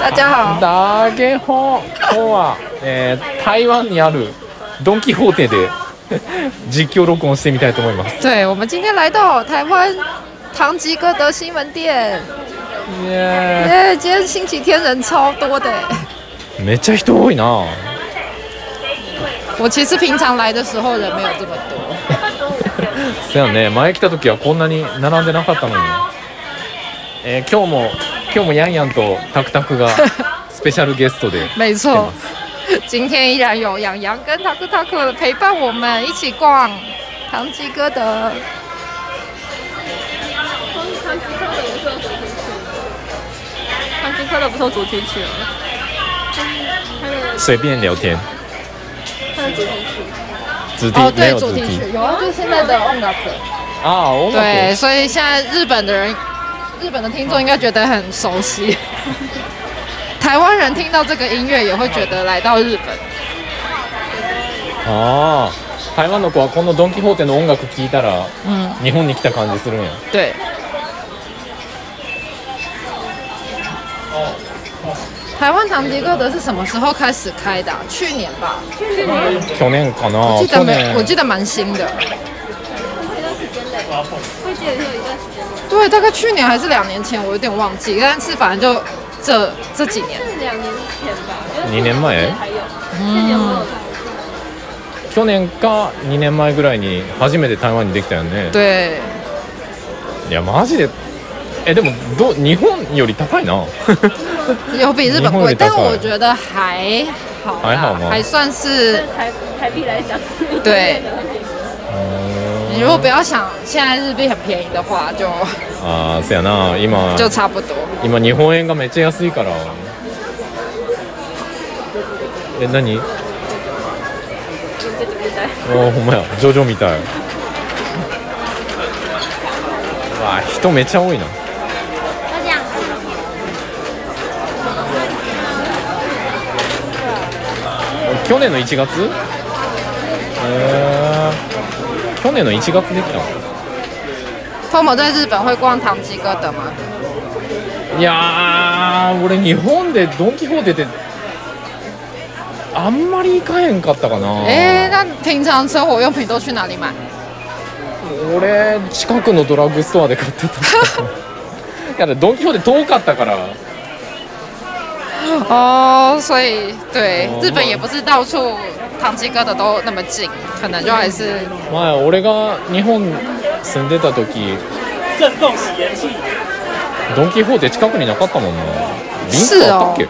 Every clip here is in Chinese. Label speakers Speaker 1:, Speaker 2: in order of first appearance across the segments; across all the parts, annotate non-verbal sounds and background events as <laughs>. Speaker 1: 大家好，
Speaker 2: ダゲホホは、えー台湾にあるドン・キホーテで <laughs> 実況録音してみたいと思います。
Speaker 1: 对我们今天来到台湾唐吉诃德西门店，耶、 <laughs> 今天星期天人超多的、
Speaker 2: めっちゃ人多いな。
Speaker 1: 我其实平常来的时候人没有这么多，
Speaker 2: そうやね、前来た時はこんなに並んでなかったのに。えー今日も今日もヤンヤンとタクタクがスペシャルゲストで
Speaker 1: 没
Speaker 2: 来て
Speaker 1: 错
Speaker 2: ま，す。
Speaker 1: <laughs> 今天依然有养羊跟 Taku Taku 陪伴我们一起逛唐吉诃德。
Speaker 3: 唐吉诃德不是有主题曲吗？
Speaker 2: 随便聊天。主题
Speaker 1: 哦，
Speaker 2: 没
Speaker 1: 对，
Speaker 2: 有
Speaker 1: 主
Speaker 2: 主
Speaker 1: 题
Speaker 2: 题
Speaker 1: 曲。有啊，就是现在的 On
Speaker 2: ああ、音楽。
Speaker 1: 对，所以现在日本的人，日本的听众应该觉得很熟 <laughs> 悉。台湾人听到这个音乐也会觉得来到日本。
Speaker 2: ああ、台湾の子はこのドンキホーテの音楽聞いたら
Speaker 1: 嗯，
Speaker 2: 日本に来た感じするんや。
Speaker 1: 对。哦台湾唐吉诃德是什么时候开始开的啊、去年吧，
Speaker 2: 去年かな。
Speaker 1: 我记得
Speaker 2: 哦去
Speaker 1: 没，我
Speaker 2: 年
Speaker 1: 记得蛮新的。对，大概去年还是两年前，我有点忘记，但是反正就这这几年。
Speaker 3: 两年前吧，
Speaker 2: 二年前
Speaker 3: 还有，去年我有看
Speaker 2: 去年か2年前ぐらいに初めて台湾にできたよね。
Speaker 1: 对，
Speaker 2: いやマジで。えでもどう日本より高いな。
Speaker 1: 有比日本贵，
Speaker 2: 日本有点
Speaker 1: 但
Speaker 2: 高
Speaker 1: 我觉得还好啦，
Speaker 2: 还好吗
Speaker 1: 还算是
Speaker 3: 台台币来讲，
Speaker 1: 对。你如
Speaker 2: う
Speaker 1: 果
Speaker 2: ん
Speaker 1: 不要想现在日币很便宜的话，就
Speaker 2: ああ、そやな。今
Speaker 1: 就差不多。
Speaker 2: 今日本円がめっちゃ安いから。え何？
Speaker 3: 这个代。
Speaker 2: おおほんまやジョジョみたいうわあ人めっちゃ多いな去年の1月へえ去年の1月できたの
Speaker 1: Tom 在日本会逛唐吉诃德吗？
Speaker 2: いやー俺日本でドン・キホーテであんまり行かへんかったかな
Speaker 1: 哎、那平常生活用品都去哪里买？
Speaker 2: 俺近くのドラッグストアで買ってたいやでドン・キホーテ遠かったから
Speaker 1: 哦，所以对
Speaker 2: 哦
Speaker 1: 日本也不是到处唐吉诃德都那么近，可能就还是
Speaker 2: 前俺が日本住んでた時ドン・キホーテ近くになかったもんなリンクあったっけ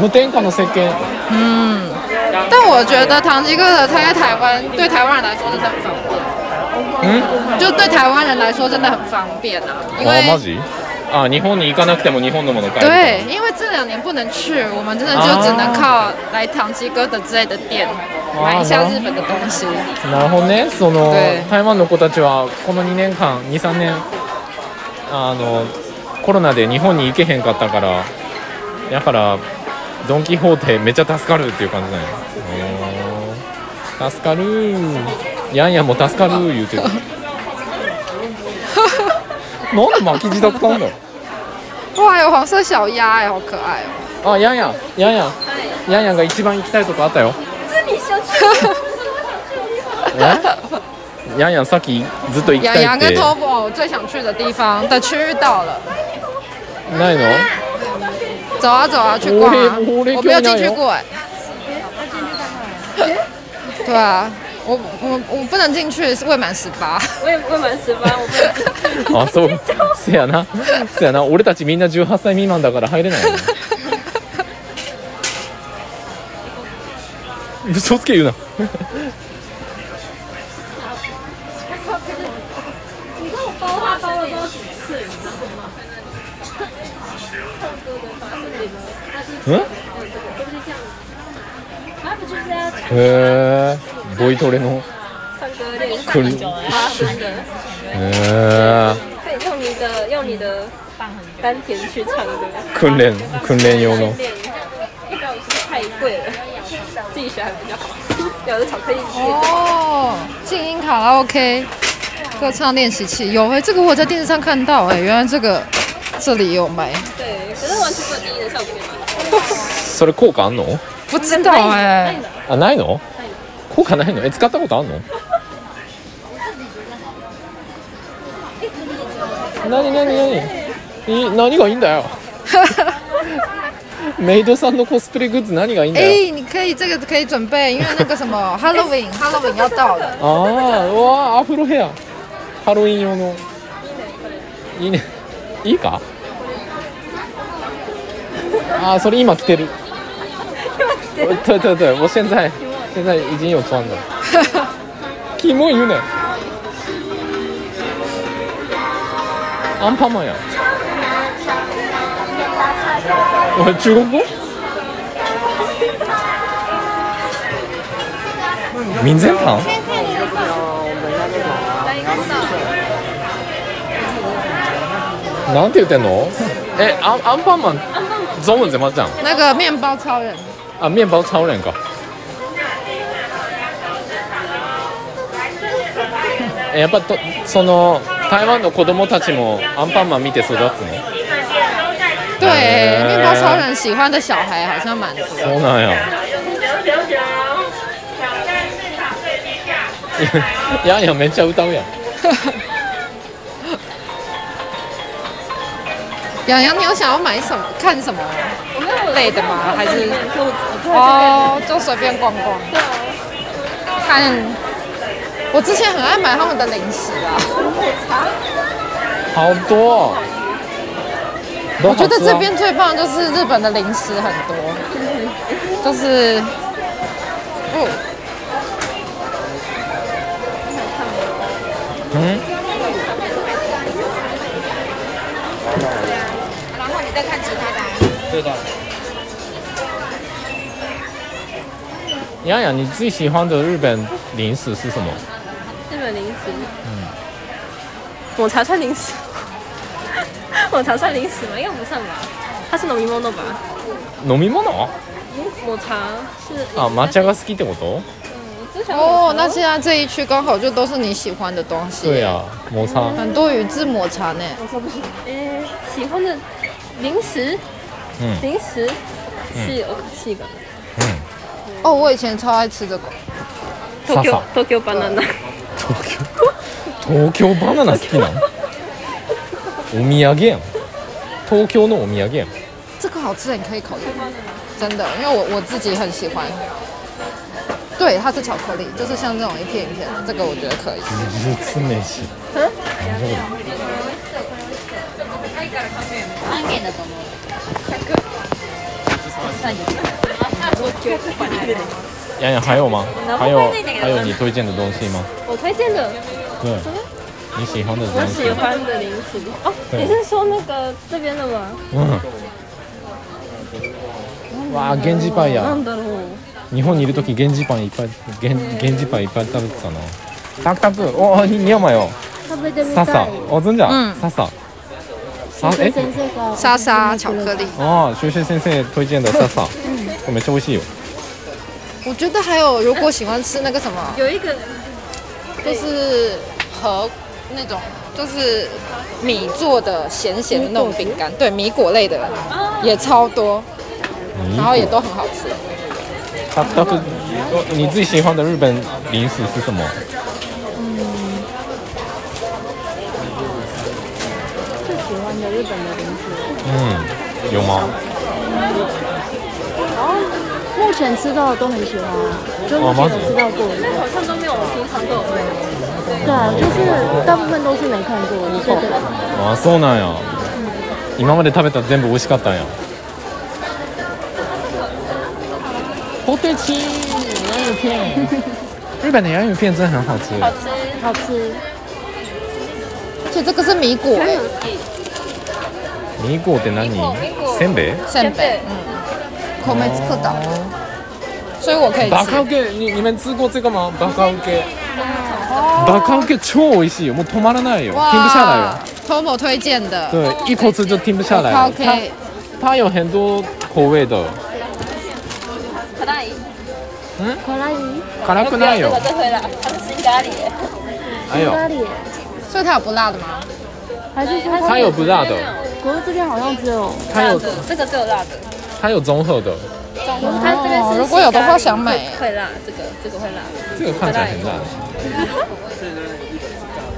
Speaker 2: 無添加の石鹸
Speaker 1: 嗯。但我觉得唐吉诃德它在台湾对台湾人来说真的很方便，
Speaker 2: ん
Speaker 1: 就对台湾人来说真的很方便啊，因
Speaker 2: あマ
Speaker 1: 为。
Speaker 2: ジあ日本に行かなくても日本のもの買え
Speaker 1: 对
Speaker 2: るか，
Speaker 1: 因为这两年不能去，我们真的就只能靠来唐吉诃德之类的店买一下日本的东西。
Speaker 2: らなるほどねその
Speaker 1: 对
Speaker 2: 台湾の子たちはこの2年間23年あのコロナで日本に行けへんかったからだからドン・キホーテめっちゃ助かるっていう感じなんやへー助かるーやんやんも助かるー言うてるなんで巻き舌使うの
Speaker 1: 哇，有黄色小鸭哎、好可 <laughs> 爱哦！
Speaker 2: あやんやんやんやんやんやんが一番行きたいとこあったよえやんやんさっきずっと行き
Speaker 1: 洋
Speaker 2: たい
Speaker 1: 洋
Speaker 2: っ
Speaker 1: 跟
Speaker 2: て
Speaker 1: Tomo 我最想去的地方的区域到了，
Speaker 2: ないの
Speaker 1: 走啊走啊，去逛啊！
Speaker 2: 我嘞我嘞
Speaker 1: 我没有进去过哎、对啊，我我我不能进去，是未满十八。
Speaker 3: 我也未满十八，我不能进去。
Speaker 2: あそうせやなせやな俺たちみんな18歳未満だから入れないよね嘘つけ言うな
Speaker 3: 包花包了多几次，你知道吗？
Speaker 2: んへ
Speaker 3: 他不就是要唱
Speaker 2: えボイトレの
Speaker 3: 歌练习
Speaker 2: 苦力
Speaker 3: 啊？真的，
Speaker 2: へえ
Speaker 3: 可以用你的用你的丹田去唱歌。
Speaker 2: 訓練訓練用の
Speaker 3: 练一下，太贵了，自己学还比较好。有的巧克力也
Speaker 1: 哦，静音卡拉 OK，歌唱练习器有哎、这个我在电视上看到哎、原来这个这里也有卖，
Speaker 3: 对，可是完全没有第一的效果嘛。
Speaker 2: それ効果あんの
Speaker 1: 不知道哎、
Speaker 2: あないの効果ないのえ使ったことあんの何何何い何がいいんだよ
Speaker 1: <laughs>
Speaker 2: メイドさんのコスプレグッズ何がいいんだ
Speaker 1: 哎、
Speaker 2: よ
Speaker 1: 你可以这个可以准备，因为那个什么 Halloween Halloween 要到了，
Speaker 2: ああうわーアフロヘアハロウィン用のいいねいいかああそれ今着てる对对对我现在现在已经有穿了キモい言うねアンパンマンやお前中国語民前堂なんて言ってんのえアンアンパンマンゾムゼマちゃん
Speaker 1: 那个面包超人，
Speaker 2: あ面包超人かえやっぱとその台湾の子供たちもアンパンマン見て育つの
Speaker 1: 对、
Speaker 2: 哎
Speaker 1: 面包超人喜欢的小孩好像蛮多。
Speaker 2: そうなんやいやいやめっちゃ歌うやん
Speaker 1: 洋洋，你有想要买什么看什么
Speaker 3: 我没有
Speaker 1: 类的吗？还是
Speaker 3: 所以我我
Speaker 1: <laughs>
Speaker 3: 就
Speaker 1: 哦，就随便逛逛
Speaker 3: 对啊，
Speaker 1: 看？我之前很爱买他们的零食啊，
Speaker 2: 好多
Speaker 1: 我觉得这
Speaker 2: どう発音
Speaker 1: 边最棒的就是日本的零食很多，就是哦不
Speaker 2: 嗯，
Speaker 4: 然后你再看其他的啊。
Speaker 2: 对的。洋洋，你最喜欢的日本零食是什么？
Speaker 3: 日本零食。抹茶算零食？ <laughs> 抹茶算零食吗？应该不算吧。它是飲み物吧？
Speaker 2: 飲み物？
Speaker 3: 抹茶是。嗯
Speaker 2: 啊，抹茶が好きってこと？
Speaker 3: 我只想
Speaker 1: 哦，那
Speaker 3: 些
Speaker 1: 现在这一区刚好就都是你喜欢的东西，
Speaker 2: 对啊，抹茶。
Speaker 1: 很多宇治抹茶呢。
Speaker 3: 诶喜欢的零食，
Speaker 2: 嗯
Speaker 3: 零食是お菓子が。
Speaker 1: 哦，我以前超爱吃这个，
Speaker 3: 東京
Speaker 2: 笹
Speaker 3: 東京バナナ。
Speaker 2: 東京東京バナナ好きなの？お土産やん。東京のお土産やん。
Speaker 1: 这个好吃，你可以考虑，真的，因为我我自己很喜欢。对，它是巧克力，就是像这种一片一片的，这个我觉得可以。
Speaker 2: 技術飯。洋洋还有吗？还有还有你推荐的东西吗？
Speaker 3: 我推荐的，
Speaker 2: 对，你喜欢的
Speaker 3: 我
Speaker 2: 东
Speaker 3: 喜
Speaker 2: 西。
Speaker 3: 欢的零食哦，
Speaker 2: 对
Speaker 3: 你是说那个这边的吗？
Speaker 2: うん。わあ、源氏パンや。
Speaker 3: なんだろう。
Speaker 2: 日本にいる時源氏パンいっぱい源源氏パンいっぱい食べてたなタクタクおおにおまよ
Speaker 5: 食べてみ
Speaker 2: サ
Speaker 5: た
Speaker 2: サ
Speaker 5: い。
Speaker 2: おずんじゃ
Speaker 1: うん
Speaker 2: サササえ
Speaker 5: 先生が
Speaker 1: 莎莎巧克力，
Speaker 2: ああ修正先生推薦だササこれめっちゃ美味しいよ
Speaker 1: 我觉得还有，如果喜欢吃那个什么，
Speaker 3: 有一个
Speaker 1: 就是和那种就是米做的咸咸的那种饼干，对，米果啊类的也超多，然后也都很好吃。
Speaker 2: タクタク你最喜欢的日本零食是什么？最喜欢的日本的零食。嗯，有吗？
Speaker 5: 目前吃到的都很喜欢，就目前有吃到过的。
Speaker 3: 好像都没有我平常都有卖。
Speaker 5: 对，啊就是大部分都是没看过的。对对对。
Speaker 2: ああそうなんや。今まで食べた全部美味しかったんや。ポテチ洋芋片，日本的洋芋片真的很好吃。
Speaker 5: 好吃。
Speaker 1: 而且这个是米果类，
Speaker 2: 米果って何？せんべい？
Speaker 1: 扇贝，嗯，口没吃到，所以我可以
Speaker 2: バ
Speaker 1: 吃。
Speaker 2: カウケ你你们吃过这个吗？バカウケ。バカウケ超美味しいよ、もう止まらないよ、停不下来よ。
Speaker 1: ，Tomo 推荐的，
Speaker 2: 对，一口吃就停不下来了。它
Speaker 1: OK，
Speaker 2: 它有很多口味的，
Speaker 3: 可大姨，
Speaker 5: 可拉鱼、
Speaker 2: 辛くないよ
Speaker 3: 我。哎这回了，它是新咖喱耶。
Speaker 2: 还有，
Speaker 5: 咖喱，
Speaker 1: 所以它有不辣的吗？
Speaker 5: 还是说
Speaker 2: 它有不辣的，
Speaker 5: 它可是这边好像只有
Speaker 2: 它有
Speaker 3: 的这个只有辣的，哦
Speaker 2: 它有综合的，
Speaker 3: 它嗯这边是
Speaker 1: 如果有的话想买
Speaker 3: 喜咖喱会辣，这个这个会辣。
Speaker 2: 这个看起来很辣。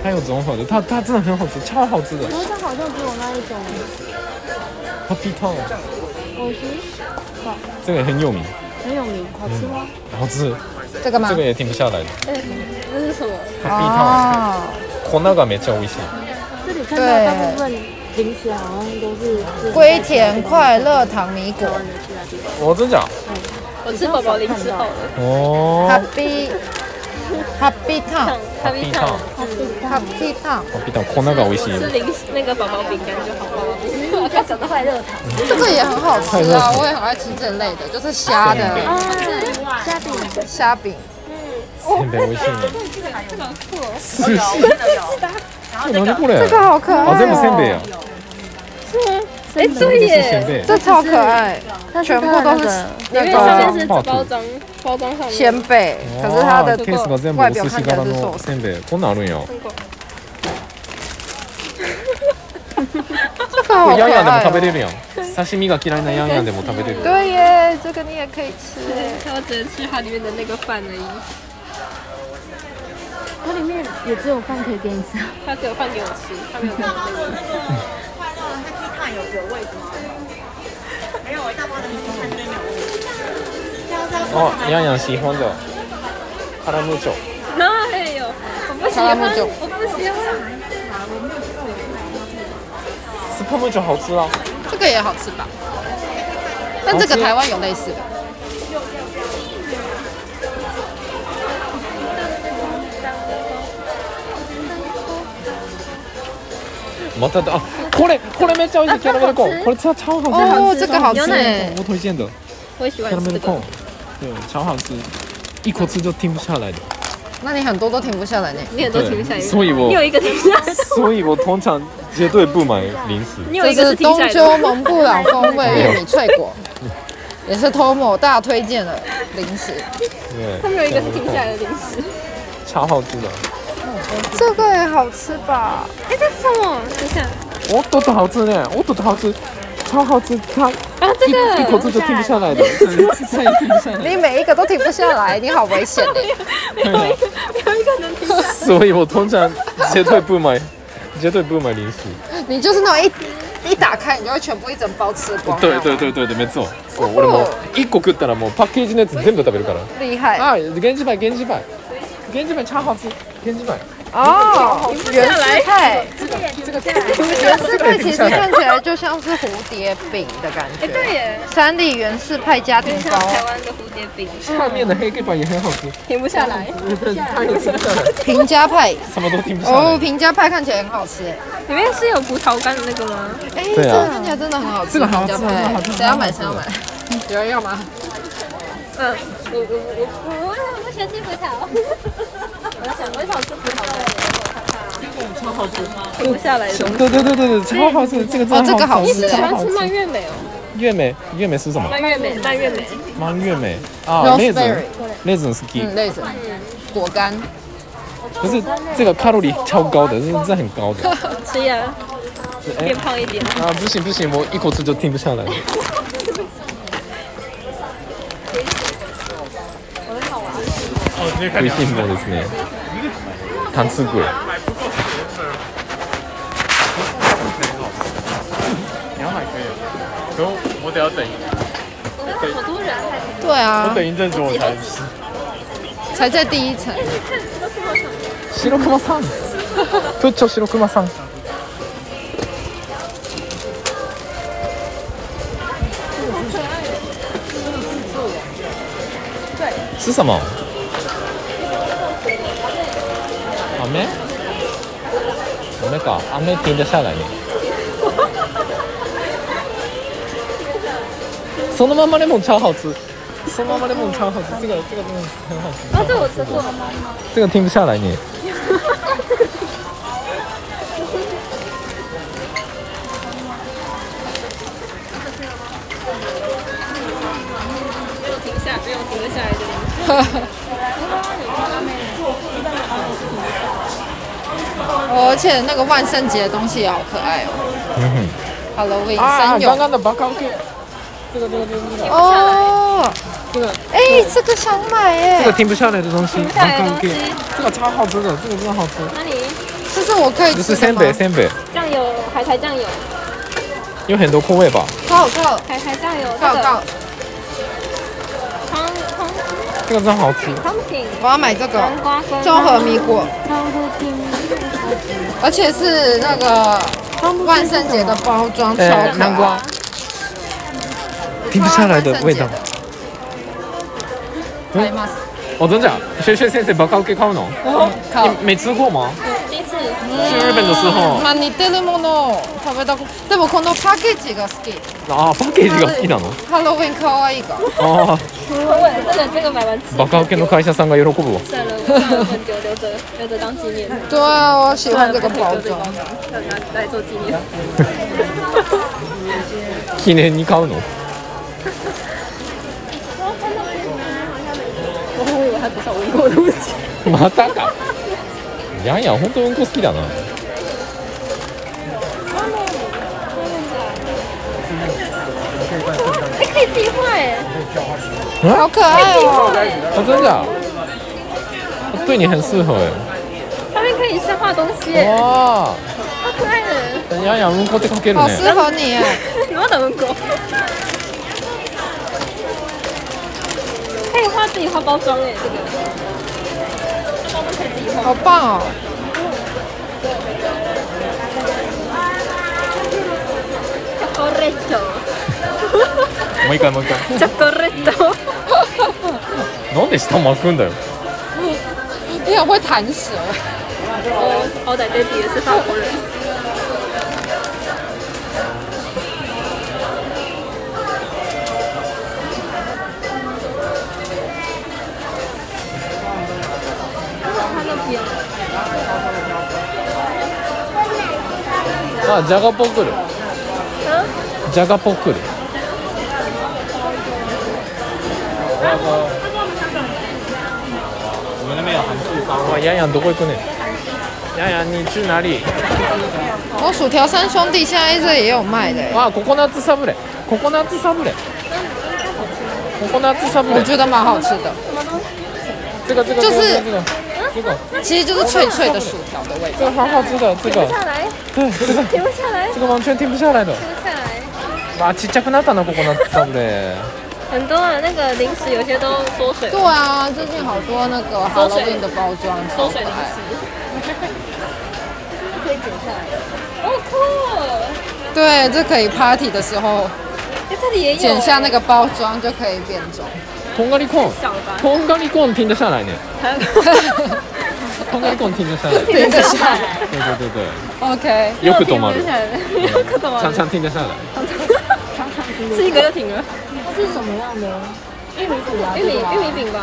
Speaker 2: 它有综合的，它它真的很好吃，超好吃的。
Speaker 5: 可是它好像只有那一种，
Speaker 2: 它 p i t o
Speaker 5: 我觉
Speaker 2: 这个也很有名，
Speaker 5: 得很有名，好吃吗？
Speaker 2: 好吃，
Speaker 1: 这个吗？
Speaker 2: 这个也停不下来的。
Speaker 3: 哎，这是什么？
Speaker 2: 啊它
Speaker 1: 哦，
Speaker 2: p i t o 粉がめっちゃ美味しい。
Speaker 5: 这里看到的大部分零食好像都是自己
Speaker 1: 龟田快乐糖米果
Speaker 5: 台湾的其他地方。
Speaker 2: 我真假？
Speaker 3: 我吃宝宝零食后的
Speaker 2: 哦。
Speaker 1: ，Happy Happy
Speaker 3: 烫
Speaker 1: Town
Speaker 3: 咖喱烫，
Speaker 1: Happy Town，
Speaker 2: ピタン粉が美味しい。
Speaker 3: 吃零食那个宝宝饼干就好了。 <laughs> 我刚讲到快乐糖，
Speaker 1: 这个也很好
Speaker 2: 快
Speaker 1: 吃
Speaker 2: 乐
Speaker 1: 啊，
Speaker 2: 糖
Speaker 1: 我也很爱吃这类的，就是虾的
Speaker 2: 对
Speaker 1: 虾饼。
Speaker 2: せんべい美味しいね。寿司。何これ？
Speaker 1: 这个好可爱、哦，
Speaker 2: あ全部せんべいや。
Speaker 3: 哎，对
Speaker 2: せん
Speaker 3: 耶，
Speaker 2: べい。
Speaker 1: 这超可爱，
Speaker 5: 但是
Speaker 1: 全部都是
Speaker 3: 因
Speaker 1: 那
Speaker 3: 为上
Speaker 1: 个
Speaker 3: 面是包装，包装上面
Speaker 1: 鲜贝，可是它的
Speaker 2: ケースが全部お
Speaker 1: 外表
Speaker 2: 寿
Speaker 1: 看
Speaker 2: 司
Speaker 1: 起来
Speaker 2: 柄
Speaker 1: 是寿
Speaker 2: の
Speaker 1: 司。
Speaker 2: せんべい。こんなんあるんや。
Speaker 1: 这个好可
Speaker 2: これヤンヤンでも
Speaker 1: 爱、
Speaker 2: 食べれ
Speaker 1: 哦。
Speaker 2: るやん。刺身が嫌いなヤンヤンでも食べれる。
Speaker 1: 对耶，这个你也可以吃耶。
Speaker 3: 我只能吃它里面的那个饭而已，
Speaker 5: 它里面也只有饭可以给你吃。
Speaker 3: 它只有饭给我吃，它没有给我那个。
Speaker 2: あ、ヤンヤン喜欢的。カラムーチョ。
Speaker 3: <laughs> 哪有？哎我不喜
Speaker 1: 好啦
Speaker 3: 欢，
Speaker 1: 木九
Speaker 3: 我不喜欢。
Speaker 2: スパムーチョ好吃啊。
Speaker 1: 这个也好吃吧？但这个台湾有类似的，
Speaker 2: またあ、これこれめっちゃ美味しいキャラメルコーン。これ超超好吃。
Speaker 1: 哦，这个好吃耶，
Speaker 2: 我推荐的。
Speaker 3: 我也喜欢
Speaker 2: キャラメ
Speaker 3: 吃这
Speaker 2: ルコーン
Speaker 3: 个。。
Speaker 2: 对，超好吃。一口吃就停不下来的。
Speaker 1: 那你很多都停不下来呢。
Speaker 3: 你很多停不下
Speaker 2: 对
Speaker 3: 来，
Speaker 2: 所以我
Speaker 3: 你有一个停不下来的，
Speaker 2: 所以我通常绝对不买零食。
Speaker 3: 你有
Speaker 1: 这
Speaker 3: 一个
Speaker 1: 是
Speaker 3: 是停
Speaker 1: 东
Speaker 3: 下来
Speaker 1: 丘
Speaker 3: 的。 <laughs>
Speaker 1: 蒙布朗风味玉米脆果， <laughs> 也是 Tomo 大推荐的零食。
Speaker 2: 对，
Speaker 3: 他们有一个是停下来的零食。
Speaker 2: 超好吃的。
Speaker 1: 这个也好吃吧？
Speaker 3: 哎，这是什么？等一下，
Speaker 2: 我都的好吃呢，我都的好吃，超好吃，它
Speaker 3: 啊，这
Speaker 2: 一口
Speaker 3: 个
Speaker 2: 吃就停不下来的，再也停不下来。
Speaker 1: 你每一个都停不下来，你好危 <laughs> 险哎！
Speaker 2: 对啊
Speaker 3: 没有一个能停下来。
Speaker 2: 所以我通常绝对不买，绝对不买零食。
Speaker 1: 你就是那种一一打开，你就会全部一整包吃光。
Speaker 2: 对对对对对，没错。そう俺も一個食ったらもうパッケージのやつ全部食べるから。
Speaker 1: 厉害
Speaker 2: あ、原始梅原始梅。原始梅超好吃，原始梅。
Speaker 1: 哦！原始派，
Speaker 2: 原
Speaker 1: 原始派其实看起来就像是蝴蝶饼的感
Speaker 3: 哎，对
Speaker 1: 觉。
Speaker 3: 耶，
Speaker 1: 三里原式派家庭
Speaker 3: 就像
Speaker 1: 包，
Speaker 3: 台湾的蝴蝶饼，
Speaker 2: 下面的黑盖板也很好吃，
Speaker 3: 停不下来。
Speaker 2: 它也停不下来，
Speaker 1: 平家派
Speaker 2: 什么都停不下
Speaker 1: 哦，
Speaker 2: 来。
Speaker 1: 平家派看起来很好吃哎。
Speaker 3: 里面是有葡萄干的那个吗？
Speaker 1: 哎，这
Speaker 2: 对啊
Speaker 1: 个看起来真的很好吃，
Speaker 2: 这个好
Speaker 1: 平
Speaker 2: 吃这个
Speaker 1: 家
Speaker 2: 好
Speaker 1: 派
Speaker 2: 吃
Speaker 1: 谁要买谁要买，有人要吗？
Speaker 3: 嗯，我我我我我不喜欢吃葡萄。我想我想吃葡萄干。停不下来 <laughs> 的东西。
Speaker 2: 对对对对对，超好吃，这个真的
Speaker 1: 哦这个好
Speaker 2: 好
Speaker 1: 吃
Speaker 2: 吃，
Speaker 1: 你是
Speaker 3: 喜
Speaker 2: 超
Speaker 3: 欢
Speaker 2: 好
Speaker 3: 吃蔓
Speaker 2: 吃。
Speaker 3: 越莓哦，
Speaker 2: 月美，月美是什么？
Speaker 3: 蔓越莓，蔓越莓。
Speaker 2: 芒月美啊，
Speaker 1: Raspberry
Speaker 2: 那种那种 ski，
Speaker 1: 嗯，类似果干，
Speaker 2: 可是这个卡路里超高的，是这很高的。
Speaker 3: 吃呀，
Speaker 2: 是哎
Speaker 3: 变胖一点。
Speaker 2: 啊，不行不行，我一口吃就停不下来了。美味しいものですね。糖醋鬼。
Speaker 6: 两百可以，可我我得要等一，
Speaker 1: 对啊，
Speaker 6: 等一阵子我才吃。
Speaker 1: 才在第一层。
Speaker 2: 白熊さん。プッチョ白熊さん。是什么？飴？飴か。飴停得下来ね。そのままレモン超好吃。そのままレモン超好吃。这个这个真的很好吃。
Speaker 3: 啊，这我吃过。
Speaker 2: 这个停不下来你。
Speaker 3: 停下，没有停得下来的东西。
Speaker 1: <laughs> 哦而且那个万圣节的东西也好可爱哦，
Speaker 2: 嗯哼。
Speaker 1: Halloween
Speaker 2: 啊，
Speaker 1: 三
Speaker 2: 刚
Speaker 1: 勇
Speaker 2: 刚的 b a k 这个这个这个这个
Speaker 1: 哦，
Speaker 2: 这个
Speaker 1: 哎、这个想买哎、
Speaker 2: 这个停不下来的东西，
Speaker 3: 不下来的东西
Speaker 2: Bakauke 这个超好吃的，这个真的好吃。
Speaker 3: 那里
Speaker 1: 这是我可以
Speaker 2: 这
Speaker 1: 吃
Speaker 2: 是
Speaker 1: 的
Speaker 2: 三
Speaker 1: 吗
Speaker 2: 北？三北，
Speaker 3: 酱油海苔酱油
Speaker 2: 有很多口味吧？
Speaker 1: 靠靠
Speaker 3: 海苔酱油
Speaker 1: 靠
Speaker 3: 这个
Speaker 1: 靠，
Speaker 3: 汤汤
Speaker 2: 这个真好吃。
Speaker 3: pumpkin
Speaker 1: 我要买这个
Speaker 3: 南瓜跟
Speaker 1: 综合米果，
Speaker 5: 汤布丁，
Speaker 1: 而且是那个
Speaker 5: 汤布丁
Speaker 1: 万圣节的包装，超
Speaker 2: 呃
Speaker 1: 可爱。
Speaker 2: 南瓜停不下来的味道。
Speaker 1: 買います。
Speaker 2: 哦，真假？学学先生 b a k a u k 買うの？
Speaker 1: 靠
Speaker 2: 你没吃过吗？
Speaker 3: 第一次
Speaker 2: 去日本的时候，
Speaker 1: まあ似てるものを食べたこでもこのパッケージが好き。
Speaker 2: あ、パッケージが好きなの？
Speaker 1: ハロウィン可愛いが。
Speaker 2: ああ、
Speaker 3: 口味这个这个买完吃
Speaker 2: バカウケの会社さんが喜ぶわ。
Speaker 3: 算了，我算了，我们就留着留着当纪念，
Speaker 1: 对啊，我喜欢这个包
Speaker 3: 留着
Speaker 1: 装
Speaker 3: 包。装，让它来做纪念。
Speaker 2: 記念に買うの？
Speaker 3: 我会以为它只是闻过的东西。
Speaker 2: またか。やんやん、本当うんこ好きだな。
Speaker 3: 哎，可以自己画哎，
Speaker 1: 好可爱哦！
Speaker 2: 啊，真的、啊？对你很适合
Speaker 3: 上面可以是画东西
Speaker 2: 哎。
Speaker 3: 哎，
Speaker 2: 哇，
Speaker 3: 好可爱的。
Speaker 2: やんやんうんこってかける
Speaker 1: 好
Speaker 2: ね。
Speaker 1: 适合你啊耶！
Speaker 3: 你们怎么狗？可以画自己画包装哎，这个
Speaker 1: 好棒哦！
Speaker 3: chocoreto
Speaker 2: もう一回もう一回。
Speaker 3: chocoreto，
Speaker 2: なんで下巻くんだよ。
Speaker 1: 你很会弹舌，
Speaker 3: 我呃好歹爹地也是法国人。哦
Speaker 2: あ、ジャガポックル。ジャガポックル。哇，洋洋都会过呢。洋洋，你去哪里？
Speaker 1: 我薯条三兄弟现在这也有卖的耶，欸
Speaker 2: 哇，ココナッツサブレ。ココナッツサブレ。ココナッツサブ
Speaker 1: 我
Speaker 2: レ。
Speaker 1: 觉得蛮好吃的，
Speaker 2: 这个这个
Speaker 1: 就
Speaker 2: 这
Speaker 1: 是
Speaker 2: 个这个这个
Speaker 1: 其实就是脆脆的薯条的味道。
Speaker 2: 这个好好吃的，这个
Speaker 3: 下来，
Speaker 2: 对这个
Speaker 3: 停不下来，
Speaker 2: 这个完全停不下来的。
Speaker 3: 停不下来。
Speaker 2: 哇，ちっちゃくなったなココナッツサブレ。
Speaker 3: 很多啊，那个零食有些都缩水
Speaker 1: 对，啊，最近好多那个
Speaker 3: 缩水
Speaker 1: Halloween 的包装，
Speaker 3: 缩
Speaker 1: 超可
Speaker 3: 水零
Speaker 1: 爱。
Speaker 3: 食。可以剪下来。哦，酷哦！
Speaker 1: 对，这可以 party 的时候
Speaker 3: 哎，这里也有
Speaker 1: 剪下那个包装就可以变
Speaker 3: <laughs>
Speaker 1: 装。
Speaker 2: とんがりコーン。
Speaker 3: 小
Speaker 1: <laughs>
Speaker 3: 吧，
Speaker 2: とんがりコーン停得下来呢。とんがりコーン停得下来。对
Speaker 1: 停得下来
Speaker 2: 对对对，
Speaker 1: ，OK，
Speaker 2: よく止ま
Speaker 3: <laughs>
Speaker 2: る。
Speaker 3: 又可懂
Speaker 2: 常
Speaker 3: 了，
Speaker 2: 常停得下来。
Speaker 3: 吃一个就停了。
Speaker 5: 它是什么样的？啊
Speaker 3: 玉米玉米饼吧，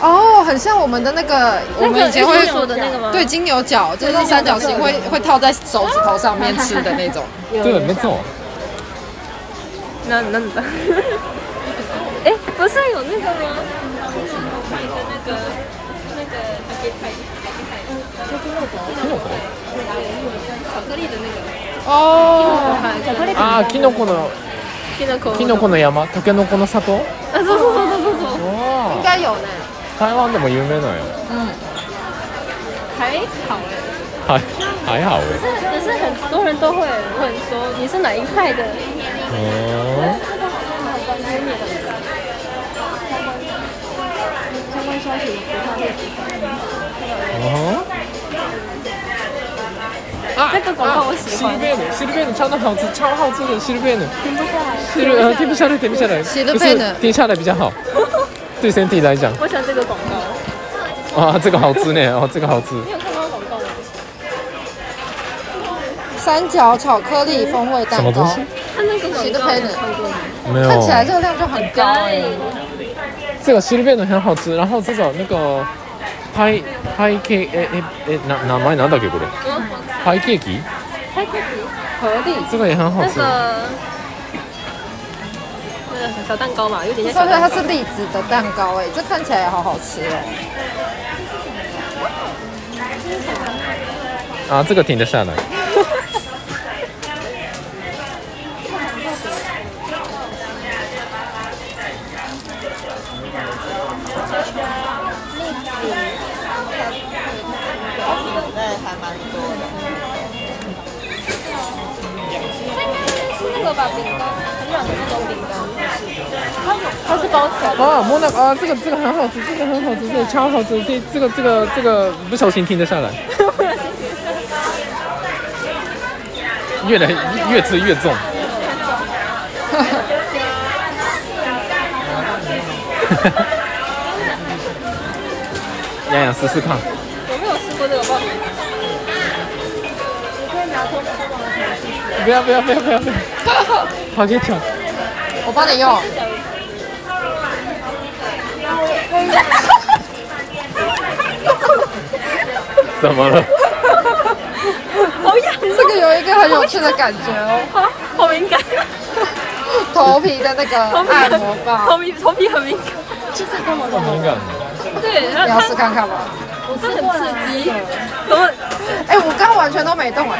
Speaker 1: 哦，很像我们的那个，我们以前会
Speaker 3: 金牛的那个吗？
Speaker 1: 嗯对，金牛角，就是三角形会会套在手指头上面吃的那种。
Speaker 2: 对，没错。
Speaker 3: 那那的。哎，不是有那个吗？那个那个给拍
Speaker 2: キノコ？
Speaker 3: 巧克力的那
Speaker 1: 哦，
Speaker 3: 个，巧克力
Speaker 2: ああ、キノコの
Speaker 3: 进了口。
Speaker 2: キノコの山、タケノコの里。
Speaker 3: 啊，走走走走走走。
Speaker 1: <laughs>
Speaker 2: 哇
Speaker 1: 应，该有呢。
Speaker 2: 台湾でも有名なんよ。
Speaker 3: 还好
Speaker 2: は
Speaker 3: 哎。
Speaker 2: い、还好
Speaker 3: 可是可是很多人都会问说你是哪一派的？
Speaker 2: え。
Speaker 5: 相关消息我不太会。
Speaker 2: 啊
Speaker 3: 这个广告我喜
Speaker 2: シ
Speaker 3: 欢
Speaker 2: ルベーヌ，シルベーヌ超的好吃，超好吃的シルベーヌ。停不下来，停不下来，停不下来。
Speaker 1: シルベーヌ
Speaker 2: 不是停下来比较好，对身体来讲。
Speaker 3: 我喜欢这个广告。
Speaker 2: 哇，这个好吃呢，哦，这个好吃。
Speaker 3: 你有看到广告吗？
Speaker 1: 三角巧克力风味蛋
Speaker 2: 什么
Speaker 1: 糕
Speaker 2: 东，西？
Speaker 3: 它那个广
Speaker 1: 喜得
Speaker 3: 告
Speaker 1: 配
Speaker 3: 你
Speaker 1: 的
Speaker 3: 有看过吗？
Speaker 2: 没有。
Speaker 1: 看起来热量就很高哎、
Speaker 2: 这个シルベーヌ很好吃，然后这个那个パイパイケーえええな名前なんだっけこれ？パイケーキ？
Speaker 3: 它自己合力
Speaker 2: 这个也很好
Speaker 3: 那
Speaker 2: 吃。
Speaker 3: 个那个小蛋糕嘛，有点
Speaker 1: 你
Speaker 3: 像
Speaker 1: 说的
Speaker 3: 小
Speaker 1: 它是
Speaker 3: 蛋糕。
Speaker 1: 栗子的蛋糕哎、这看起来也好好吃哦、
Speaker 2: 啊，这个停得下来。
Speaker 3: 吧，饼干，很软的那种饼干，它是包起来的。
Speaker 2: 啊，莫那啊，这个这个很好吃，这个很好吃，这个超好吃，这这个这个这个不小心停得下来，越来越越吃越重。洋洋试试看，
Speaker 3: 我没有吃过这个包，
Speaker 2: 不要不要不要不要不要，
Speaker 1: <laughs>
Speaker 2: 好给挑，
Speaker 1: 哦我帮你 <laughs> 用。
Speaker 2: 怎么了？
Speaker 3: 好痒，
Speaker 1: 这个有一个很有趣的感觉 <laughs> 哦，
Speaker 3: 好好敏感，
Speaker 1: 头皮的那个
Speaker 3: 头皮
Speaker 1: 按摩
Speaker 3: 头
Speaker 1: 棒，
Speaker 3: 皮头皮很敏感，
Speaker 2: 好敏感。
Speaker 3: 对，然
Speaker 1: 你
Speaker 3: 后
Speaker 1: 要
Speaker 3: 它
Speaker 1: 试看看 <laughs> 吗？
Speaker 3: 它很刺激，怎么？
Speaker 1: 哎、我刚刚完全都没动哎、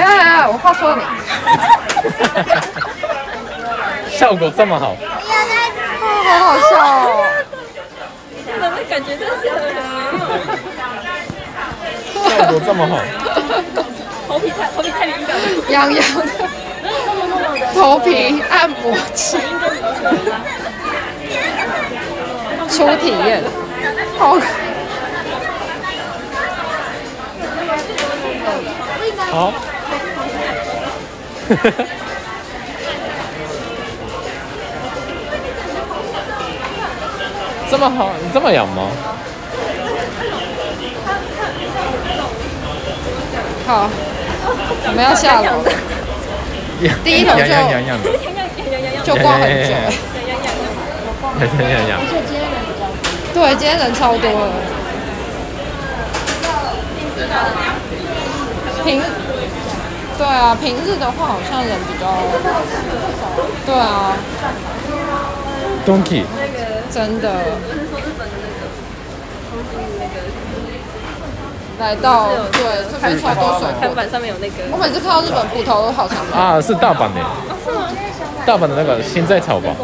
Speaker 1: 哎呀哎呀，我话说了 <laughs> 你，
Speaker 2: <laughs> 效果这么好，
Speaker 1: 好好笑哦，
Speaker 3: 那那感觉真是很很没有，
Speaker 2: 效果这么好，
Speaker 3: 头皮太头皮太敏感了。
Speaker 1: 痒痒的头皮按摩器，初体验，好，
Speaker 2: 好。 <laughs> 这么好，你这么养吗？
Speaker 1: 好，我们要下楼了，第一头就
Speaker 2: 养养养养的，
Speaker 1: 就逛很久、
Speaker 2: 养养养养。
Speaker 1: 对，今天人超多了。平，对啊，平日的话好像人比较，对啊，
Speaker 2: Donkey，
Speaker 1: 真的。来到对，这边超多水
Speaker 3: 看
Speaker 1: 果。
Speaker 3: 板上面有那个
Speaker 1: 我每次看到日本葡萄都好想买。
Speaker 2: 啊，是大阪的，大阪的那个现在炒吧，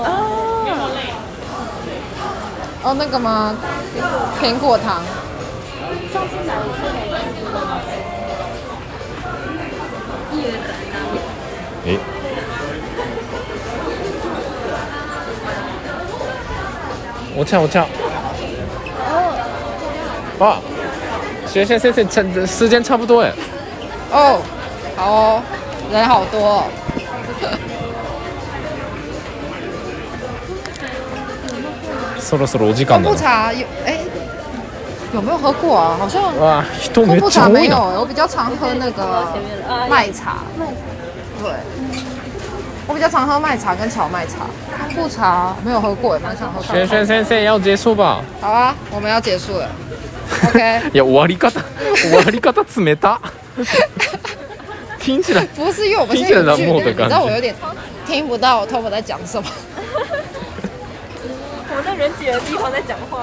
Speaker 1: 哦，那个吗？苹果糖。
Speaker 2: 诶，お茶お茶。哇，学生先生，差时间差不多哎，
Speaker 1: 哦，好哦，人好多、哦。
Speaker 2: そろそろお時間
Speaker 1: 昆
Speaker 2: だ
Speaker 1: 布
Speaker 2: な。
Speaker 1: 茶有哎、有没有喝过啊？好像
Speaker 2: 哇，人
Speaker 1: 昆
Speaker 2: めっ
Speaker 1: 布
Speaker 2: ち
Speaker 1: 茶
Speaker 2: ゃ多
Speaker 1: 没
Speaker 2: い
Speaker 1: 有
Speaker 2: な。
Speaker 1: 欸，我比较常喝那个麦茶。对，我比较常喝麦茶跟荞麦茶。昆布茶没有喝过欸，蛮想喝看
Speaker 2: 学
Speaker 1: 看。
Speaker 2: 生先生要结束吧。
Speaker 1: 好啊，我们要结束了。OK，
Speaker 2: いや終わり方終わり方冷た。听起来
Speaker 1: 不是因为我们
Speaker 2: 听
Speaker 1: 现
Speaker 2: 起来
Speaker 1: 在有距
Speaker 2: 冷漠
Speaker 1: 离，
Speaker 2: 的
Speaker 1: 你知
Speaker 2: 感
Speaker 1: 道
Speaker 2: 觉
Speaker 1: 我有点听不到 t o 在讲什么。
Speaker 3: 我们在人挤人的地方在讲话，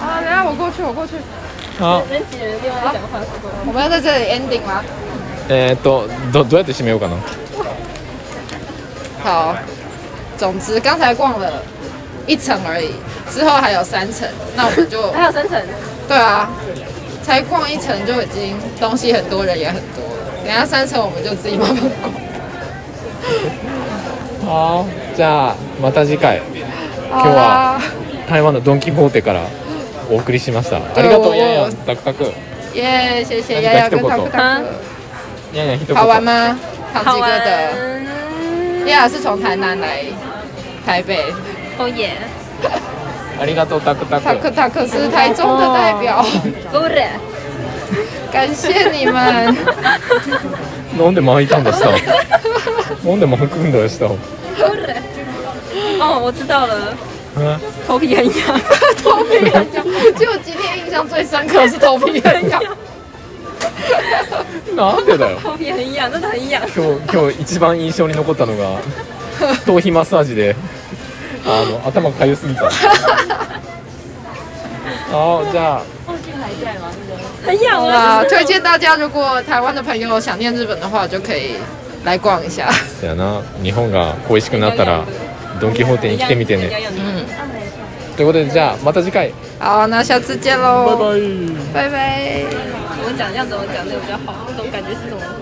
Speaker 1: 啊，等一下我过去，我过去。
Speaker 2: あ
Speaker 3: 人挤人的地方在讲话，是吗？
Speaker 1: 我们要在这里 ending 吗？
Speaker 2: えー、っとどどうやって締めようかな。
Speaker 1: 好，总之刚才逛了一层而已，之后还有三层，那我们就
Speaker 3: 还有三层，
Speaker 1: 对啊，才逛一层就已经东西很多，人也很多了。等一下三层我们就自己慢慢逛。
Speaker 2: 好，じゃあまた次回
Speaker 1: 哦
Speaker 2: 今日は台湾のドンキホーテからお送りしました。ありがとう
Speaker 1: おー
Speaker 2: やんやんタクタク
Speaker 1: 耶谢谢丫丫跟大
Speaker 2: 大家
Speaker 1: 哥
Speaker 2: 一
Speaker 1: 大
Speaker 3: 言
Speaker 2: やんやん一言。
Speaker 1: 好玩吗？唐
Speaker 3: 好
Speaker 1: 吉诃
Speaker 3: 玩。
Speaker 1: 德，丫丫是从台南来台北，
Speaker 3: 哦耶，
Speaker 2: ありがとうタクタ
Speaker 1: 塔
Speaker 2: ク
Speaker 1: 克。塔克是台中的代表，
Speaker 3: 够了。
Speaker 1: 感谢你们。
Speaker 2: 飲んで巻いたんだ <laughs> した。飲んで巻くんだした。
Speaker 3: 哦，我知道了，
Speaker 2: 嗯
Speaker 3: 头皮很痒，
Speaker 1: 头皮很痒，就今天印象最深刻是头皮很
Speaker 3: <laughs>
Speaker 1: 痒。
Speaker 2: なんでだよ。
Speaker 3: 头皮很痒，真的很痒。
Speaker 2: 今日今日一番印象に残ったのが頭皮マッサージであの頭かゆすぎ <laughs> たあーじゃあ
Speaker 3: 很痒
Speaker 1: 好
Speaker 3: 啊！
Speaker 1: 啦，
Speaker 3: 就是
Speaker 1: 推荐大家，如果台湾的朋友想念日本的话，就可以来逛一下。
Speaker 2: そやな日本が恋しくなったらドン・キホーテに来てみて
Speaker 3: 很
Speaker 2: ね
Speaker 3: 痒痒的。
Speaker 2: ということでじゃあまた次回
Speaker 1: 好，那下次见
Speaker 2: バイ
Speaker 1: 喽，
Speaker 2: バ
Speaker 1: 拜
Speaker 2: イ
Speaker 1: 拜。
Speaker 3: 我讲这样怎么讲的比较好？那种感觉是什么？